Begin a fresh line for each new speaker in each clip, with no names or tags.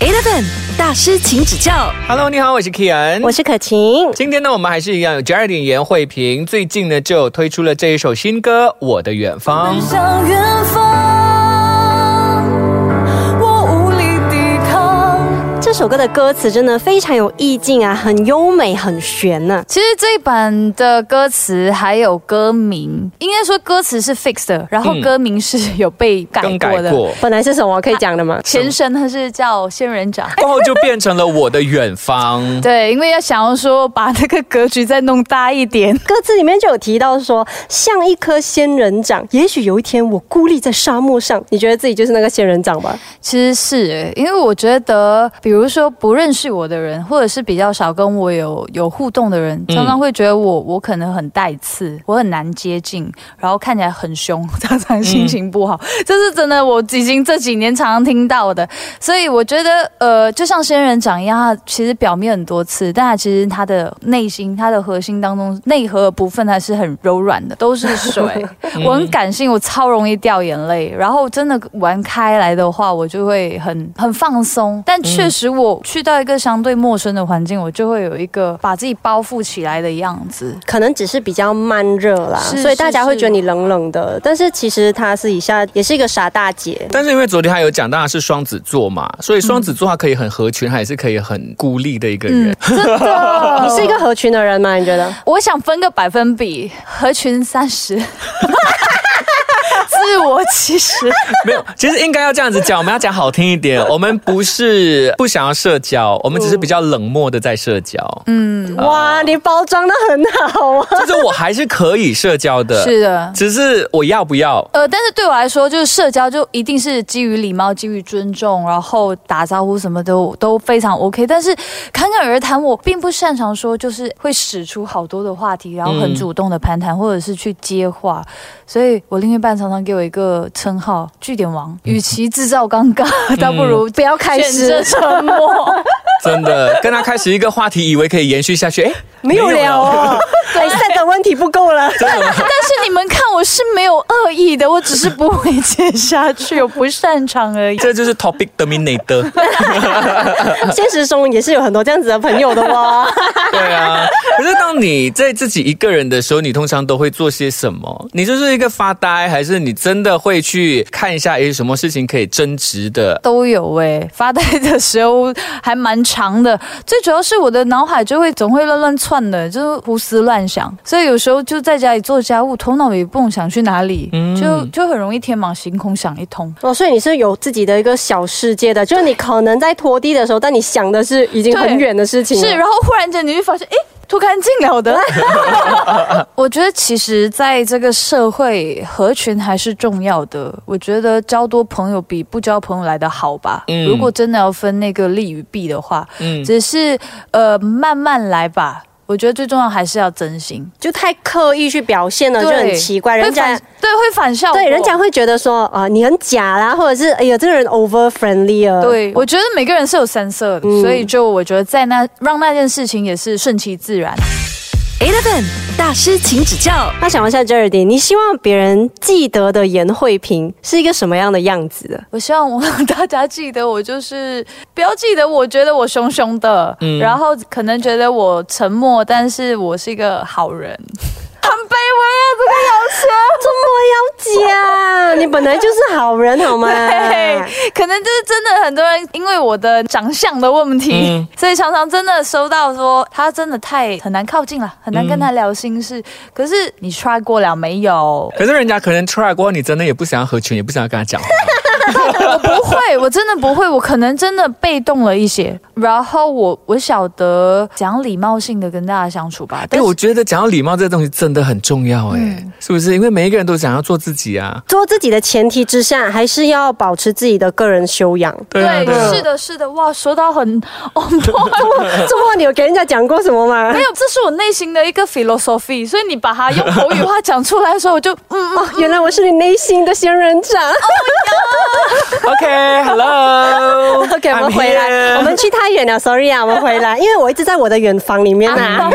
Seven 大师，请指教。
Hello，你好，我是 Kian，
我是可晴。
今天呢，我们还是一样有 j a r d i n 严慧萍，最近呢就推出了这一首新歌《我的远方》。
向远方，我无力抵抗。
这首歌的歌词真的非常有意境啊，很优美，很啊悬呢、
其实这一版的歌词还有歌名，应该说歌词是 fixed 的，然后
嗯
歌名是有被嗯改
更
过
改
的。
过，
本来是什么可以讲的吗？
前身它是叫仙人掌。
过后就变成了我的远方。
哎 对，因为要想要说把那个格局再弄大一点，
歌词里面就有提到说，像一颗仙人掌，也许有一天我孤立在沙漠上，你觉得自己就是那个仙人掌吧？
其实是诶因为我觉得，比如说不认识我的人，或者是比较少跟我有有互动的人，
嗯
常常会觉得我我可能很带刺，我很难接近，然后看起来很凶， 常常心情不好，这是真的，我已经这几年常常听到的。所以我觉得，呃，就像仙人掌一样，它其实表面很多刺，但它其实它的内心、它的核心当中内核的部分还是很柔软的，都是水。 我很感性，我超容易掉眼泪。然后真的玩开来的话，我就会很很放松。但确实，我去到一个相对陌生的环境，我就会有一个把自己包覆起来的样子。
可能只是比较慢热啦，
是
所以大家
是
会觉得
是
你冷冷的，但是其实她私底下也是一个傻大姐。
但是因为昨天他有讲到他是双子座嘛，所以双子座他可以很合群，他也是可以很孤立的一个人。
真的，
你是一个合群的人吗？你觉得？
我想分个百分比，合群三十，自我其实。
没有，其实应该要这样子讲，我们要讲好听一 点。我们不是不想要社交，我们只是比较冷漠的在社交。嗯，
哇，你包装的很好啊！
就是我还是可以社交的，
是的
只是我要不要？
呃，但是对我来说，就是社交就一定是基于礼貌、基于尊重，然后打招呼什么都都非常 OK。但是侃侃而谈，我并不擅长说，就是会使出好多的话题，然后很
嗯
主动的攀谈，或者是去接话。所以我另一半常常给我一个称号“据点王”，与其制造尴尬， 倒不如
不要开
嗯选择
始，
沉默。
真的，跟他开始一个话题，以为可以延续下去，哎，
没
啊
有聊 哦。对，现在的问题不够了。
但是你们看，我是没有恶意的，我只是不会接下去，我不擅长而已。
这就是 topic dominator。
现实中也是有很多这样子的朋友的 哇。
对啊，可是当你在自己一个人的时候，你通常都会做些什么？你就是一个发呆，还是你真的会去看一下，诶，什么事情可以争执的？
都有哎、发呆的时候还蛮长的。最主要是我的脑海就会总会乱乱窜的，就是胡思乱想，所以有时候就在家里做家务，头脑也不懂想去哪里，就就很容易天马行空想一通。
哦，所以你是有自己的一个小世界的，就是你可能在拖地的时候，但你想的是已经很远的事情了。
是，然后忽然间你就发现，哎。脱干净了的， 我觉得其实在这个社会，合群还是重要的。我觉得交多朋友比不交朋友来的好吧。
嗯
如果真的要分那个利与弊的话，
嗯，
只是呃慢慢来吧。我觉得最重要还是要真心，
就太刻意去表现了，就很奇怪。人
会
家
反哦对会反效果，
对人家会觉得说啊、你很假啦，或者是哎呀，这个人 over friendly 啊。
对，我觉得每个人是有三色
嗯
的，所以就我觉得在那让那件事情也是顺其自然。
Eleven 大师，请指教。
那想问一下 j e r d y 你希望别人记得的颜慧萍是一个什么样的样子的？
我希望我大家记得我就是不要记得我觉得我凶凶的，然后可能觉得我沉默，但是我是一个好人， 很卑啊微
怎么要假？你本来就是好人好 吗？
啊这个
嗯
要求。对，可能就是真的很多人因为我的长相的问题，
嗯
所以常常真的收到说他真的太很难靠近了，很难跟他聊心事。可是你 try 过了没有？
可是人家可能 try 过后，你真的也不想要合群，也不想要跟他讲话。
我不会，我真的不会，我可能真的被动了一些。然后我我晓得讲礼貌性的跟大家相处吧，
哎，
但
我
是。
觉得讲到礼貌这个东西真的很重要，哎、是不是？因为每一个人都想要做自己啊。
做自己的前提之下，还是要保持自己的个人修养。
对啊，对啊
是的，是的，哇，说到很， 哦，没
这么你有给人家讲过什么吗？
有，这是我内心的一个 philosophy，所以你把它用口语化讲出来的时候，我就，嗯嗯，
哦原来我是你内心的仙人掌。
OK，Hello，、
OK，我们
I'm
回
here
来，我们去太远了，sorry 啊，我们回 来，因为我一直在我的远方里面啊。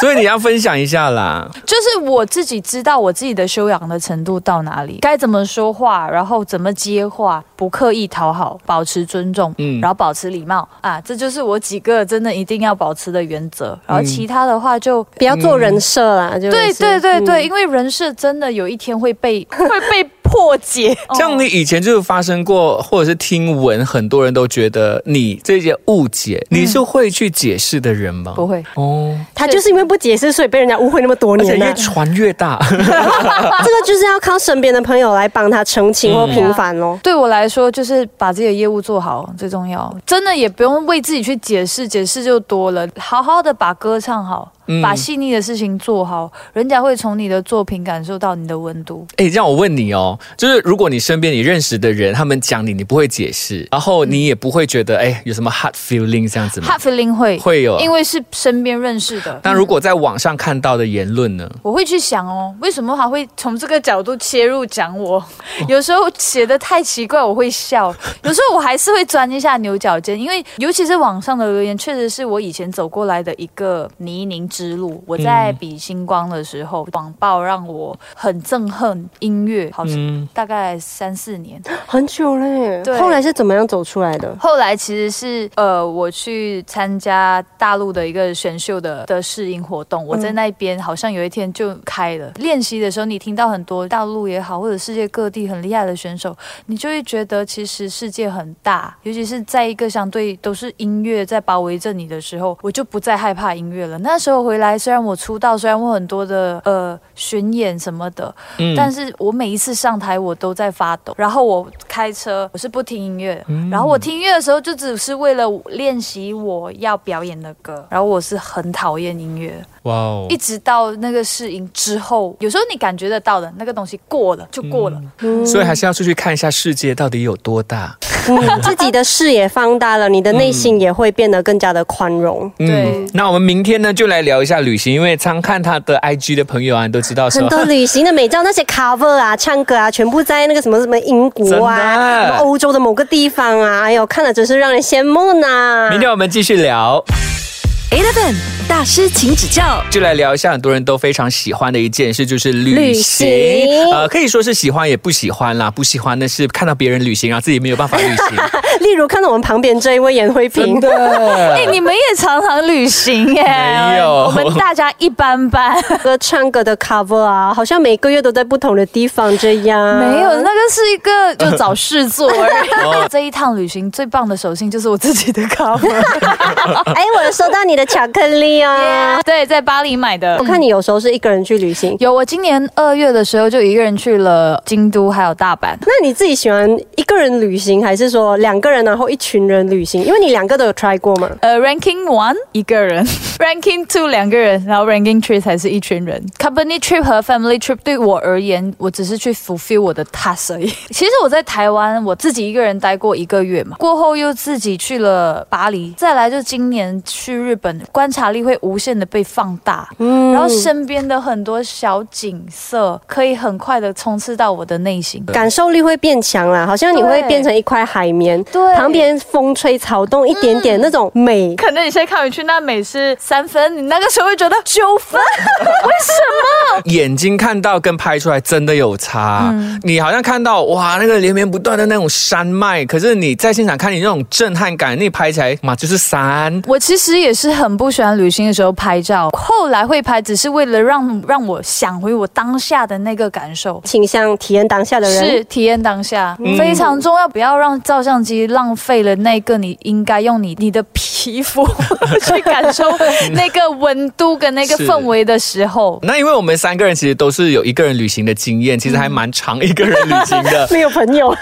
所以你要分享一下啦。
就是我自己知道我自己的修养的程度到哪里，该怎么说话，然后怎么接话，不刻意讨好，保持尊重，
嗯
然后保持礼貌啊，这就是我几个真的一定要保持的原则。然后其他的话就。
不要做人设啦，就
嗯对
是
对对
嗯
对，因为人设真的有一天会被 会被破解。
像你以前就是发生过，或者是听闻，很多人都觉得你这些误解，你是会去解释的人吗？
不会，
哦，
他就是因为不解释，所以被人家误会那么多
而且
年
越
了。
传越大。
这个就是要靠身边的朋友来帮他澄清或平反咯。
对我来说就是把自己的业务做好最重要，真的也不用为自己去解释，解释就多了。好好的把歌唱好，把细腻的事情做好，人家会从你的作品感受到你的温度。
哎，让我问你哦，就是如果你身边你认识的人，他们讲你，你不会解释，然后你也不会觉得哎有什么 hard feeling 这样子吗
hard？feeling 会
会有
因为是身边认识的。
那如果在网上看到的言论呢？
我会去想哦，为什么他会从这个角度切入讲我？有时候写的太奇怪，我会笑；有时候我还是会钻一下牛角尖，因为尤其是网上的留言，确实是我以前走过来的一个泥泞之路。我在比星光的时候，网暴让我很憎恨音乐，好
嗯
像、大概三四年。
很久嘞
对，
后来是怎么样走出来的？
后来其实是呃，我去参加大陆的一个选秀的的试音活动，我在那边好像有一天就开了。练习的时候，你听到很多大陆也好，或者世界各地很厉害的选手，你就会觉得其实世界很大，尤其是在一个相对都是音乐在包围着你的时候，我就不再害怕音乐了。那时候回来，虽然我出道，虽然我很多的呃巡演什么的，
嗯
嗯但是我每一次上台我都在发抖，然后我开车我是不听音乐的，
嗯
然后我听音乐的时候就只是为了练习我要表演的歌，然后我是很讨厌音乐，
哇哦
一直到那个试音之后，有时候你感觉得到的那个东西过了就过了，
所以还是要出去看一下世界到底有多大。
你嗯自己的视野放大了，你的内心也会变得更加的宽容。
对
嗯那我们明天呢就来聊一下旅行，因为常看他的 IG 的朋友啊，你都知道
很
说。
多旅行的美照，那些 cover 啊、唱歌啊，全部在那个什么什么英国啊、
真的
什么欧洲的某个地方啊，哎呦，看了真是让人羡慕呐、
明天我们继续聊，
Eleven 大师，请指教。
就来聊一下很多人都非常喜欢的一件事，就是旅
旅
行。
行
呃，可以说是喜欢也不喜欢啦，不喜欢的是看到别人旅行，然后自己没有办法旅行。
例如看到我们旁边这一位严慧
真
萍，
的，
哎、你们也常常旅行耶？
没有
我们大家一般 般，
歌唱歌的 cover 啊，好像每个月都在不同的地方这样。
没有，那个是一个就找事做 而
哦
已。这一趟旅行最棒的手信就是我自己的 cover，
啊
哎，我有收到你的巧克力哦。
对，在巴黎买的。
我看你有时候是一个人去旅行，
有，我今年二月的时候就一个人去了京都还有大阪。
那你自己喜欢一个人旅行，还是说两个人然后一群人旅行？因为你两个都有 try 过嘛。
呃，ranking one 一个人 ，ranking two 两个人，然后 ranking three 才是一群人。company trip 和 family trip 对我而言，我只是去 fulfill 我的 task 而已。 其实我在台湾我自己一个人待过一个月嘛，过后又自己去了巴黎，再来就今年去日本，观察力会无限的被放大，然后身边的很多小景色可以很快的冲刺到我的内心。
感受力会变强啦，好像你会变成一块海绵，
对
旁边风吹草动一点点那种美。
可能你现在看回去，那美是三分，你那个时候会觉得九分， 为什么？
眼睛看到跟拍出来真的有差。你好像看到哇，那个连绵不断的那种山脉，可是你在现场看你那种震撼感，你拍起来嘛就是山。
我其实也是很不喜欢旅行的时候拍照，后来会拍，只是为了让让我想回我当下的那个感受。
倾向体验当下的人，。
是嗯体验当下、非常重要，不要让照相机浪费了那个你应该用你你的皮肤 去感受那个温度跟那个
是
氛围的时候。
那因为我们三个人其实都是有一个人旅行的经验，其实还蛮长一个人旅行的
没有朋 友，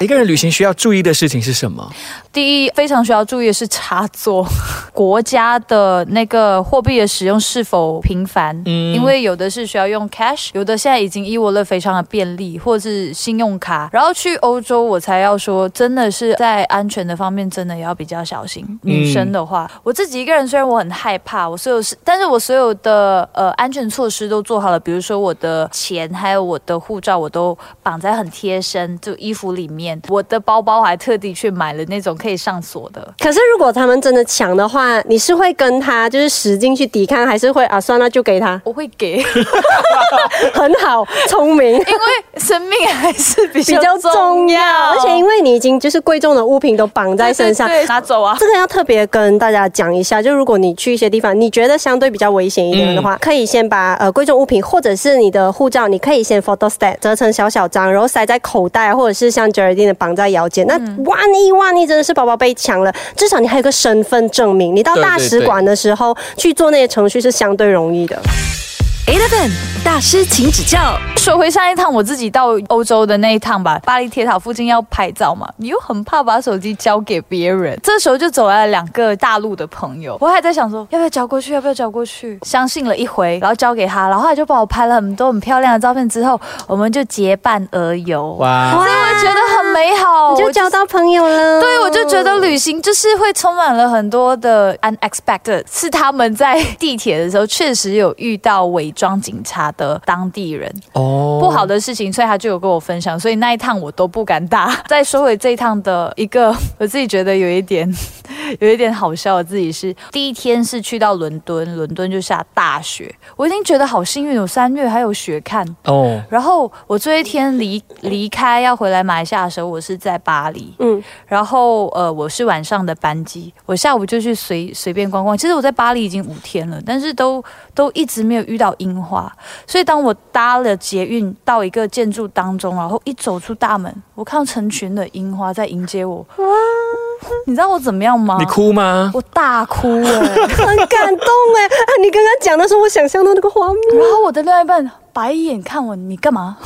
一个人旅行需要注意的事情是什么？
第一，非常需要注意的是插座，国家的那个货币的使用是否频繁，因为有的是需要用 cash，有的现在已经 e wallet 非常的便利，或是信用卡。然后去欧洲，我才要说，真的是在安全的方面，真的要比较小心。女生的话，我自己一个人虽然我很害怕，我所有事，但是我所有的呃安全措施都做好了，比如说我的钱还有我的护照，我都绑在很贴身，就衣服里面。我的包包还特地去买了那种可以上锁的。
可是如果他们真的抢的话，你是会跟他就是使劲去抵抗，还是会啊算了就给他？
我会给，因
很好，聪明。
为生命还是比
比
较
较重要，而且因
为
为你已经就是贵重的物品都绑在身上，
拿走啊。
这个要特别跟大家讲一下，就如果你去一些地方，你觉得相对比较危险一点的
嗯
话，可以先把呃贵重物品或者是你的护照，你可以先 photo stat 折成小小张，然后塞在口袋，或者是像 Geraldine 的绑在腰间。那万一万一真的是包包被抢了，至少你还有个身份证明。你到
对对
大使馆的时候去做那些程序是相对容易的。
Eleven 大师，请指教。
说回上一趟我自己到欧洲的那一趟吧，巴黎铁塔附近要拍照嘛，你又很怕把手机交给别人，这时候就走来了两个大陆的朋友，我还在想说要不要交过去，要不要交过去，相信了一回，然后交给他，然后他就帮我拍了很多很漂亮的照片，之后我们就结伴而游，哇，
哇，
所以我觉得很美好，
你就
我
交到朋友了，
对，我就觉得旅行就是会充满了很多的 unexpected，是他们在地铁的时候确实有遇到伪装警察的当地人，
哦
不好的事情，所以他就有跟我分享，所以那一趟我都不敢打。 再说回这一趟的一个，我自己觉得有一点， 有一点好笑。我自己是第一天是去到伦敦，伦敦就下大雪，我已经觉得好幸运，有三月还有雪看。
哦，
然后我最后一天离离开要回来马来西亚的时候，我是在巴黎，
嗯
嗯，然后呃我是晚上的班机，我下午就去随随便逛逛。其实我在巴黎已经五天了，但是都都一直没有遇到樱花，所以当我搭了捷运到一个建筑当中，然后一走出大门，我看到成群的樱花在迎接我，哇！你知道我怎么样吗
你？哭吗？
我大哭哎、
很感动哎！你刚刚讲的时候，我想象到那个画面，
然后我的另外一半白眼看我，你干嘛？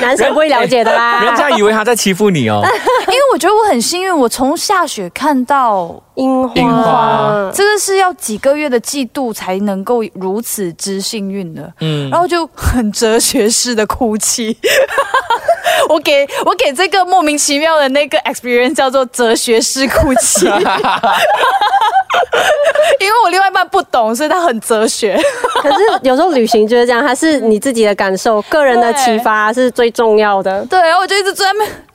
男生不会了解的
啊
啦。
人家以为他在欺负你哦。
因为我觉得我很幸运，我从下雪看到
樱花，
樱花
这个是要几个月的季度才能够如此之幸运的，
嗯
然后就很哲学式的哭泣。 我给我给这个莫名其妙的那个 experience 叫做哲学式哭泣，因为我另外一半不懂，所以他很哲学。
可是有时候旅行就是这样，它是你自己的感受、个人的启发是最重要的。
对，然后我就一直坐在那边。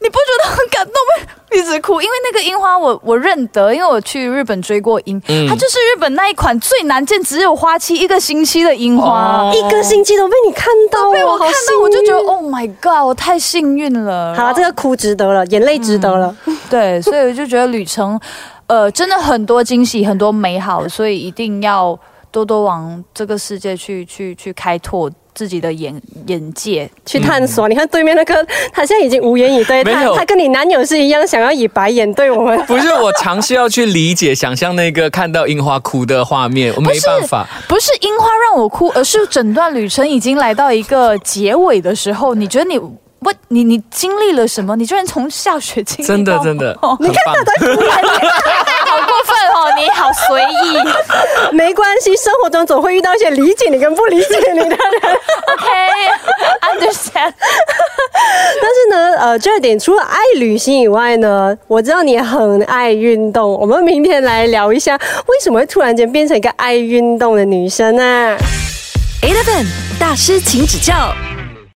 你不觉得很感动吗？一直哭，因为那个樱花我我认得，因为我去日本追过樱，
嗯
它就是日本那一款最难见，只有花期一个星期的樱花。
哦
一个星期都被你看到，哦
被我
好
看
幸
到，我就觉得
运
Oh my God，我太幸运了。
好了，这个哭值得
嗯
了，眼泪值得了。
对，所以我就觉得旅程，呃，真的很多惊喜，很多美好，所以一定要多多往这个世界去去去开拓自己的眼眼界。
去探索，你看对面那个，他现在已经无言以对，
没
他
有。
他跟你男友是一样，想要以白眼对我们
不是，我尝试要去理解、想象那个看到樱花哭的画面，我没办法。
不是樱花让我哭，而是整段旅程已经来到一个结尾的时候，你觉得你。我你你经历了什么？你居然从下雪经历
真的
到
真的，
哦
很棒。
好过分哦！你好随意。
没关系，生活中总会遇到一些理解你跟不理解你的人。
OK，understand、
但是呢，呃，这点除了爱旅行以外呢，我知道你也很爱运动。我们明天来聊一下，为什么会突然间变成一个爱运动的女生呢、啊
Eleven 大师，请指教。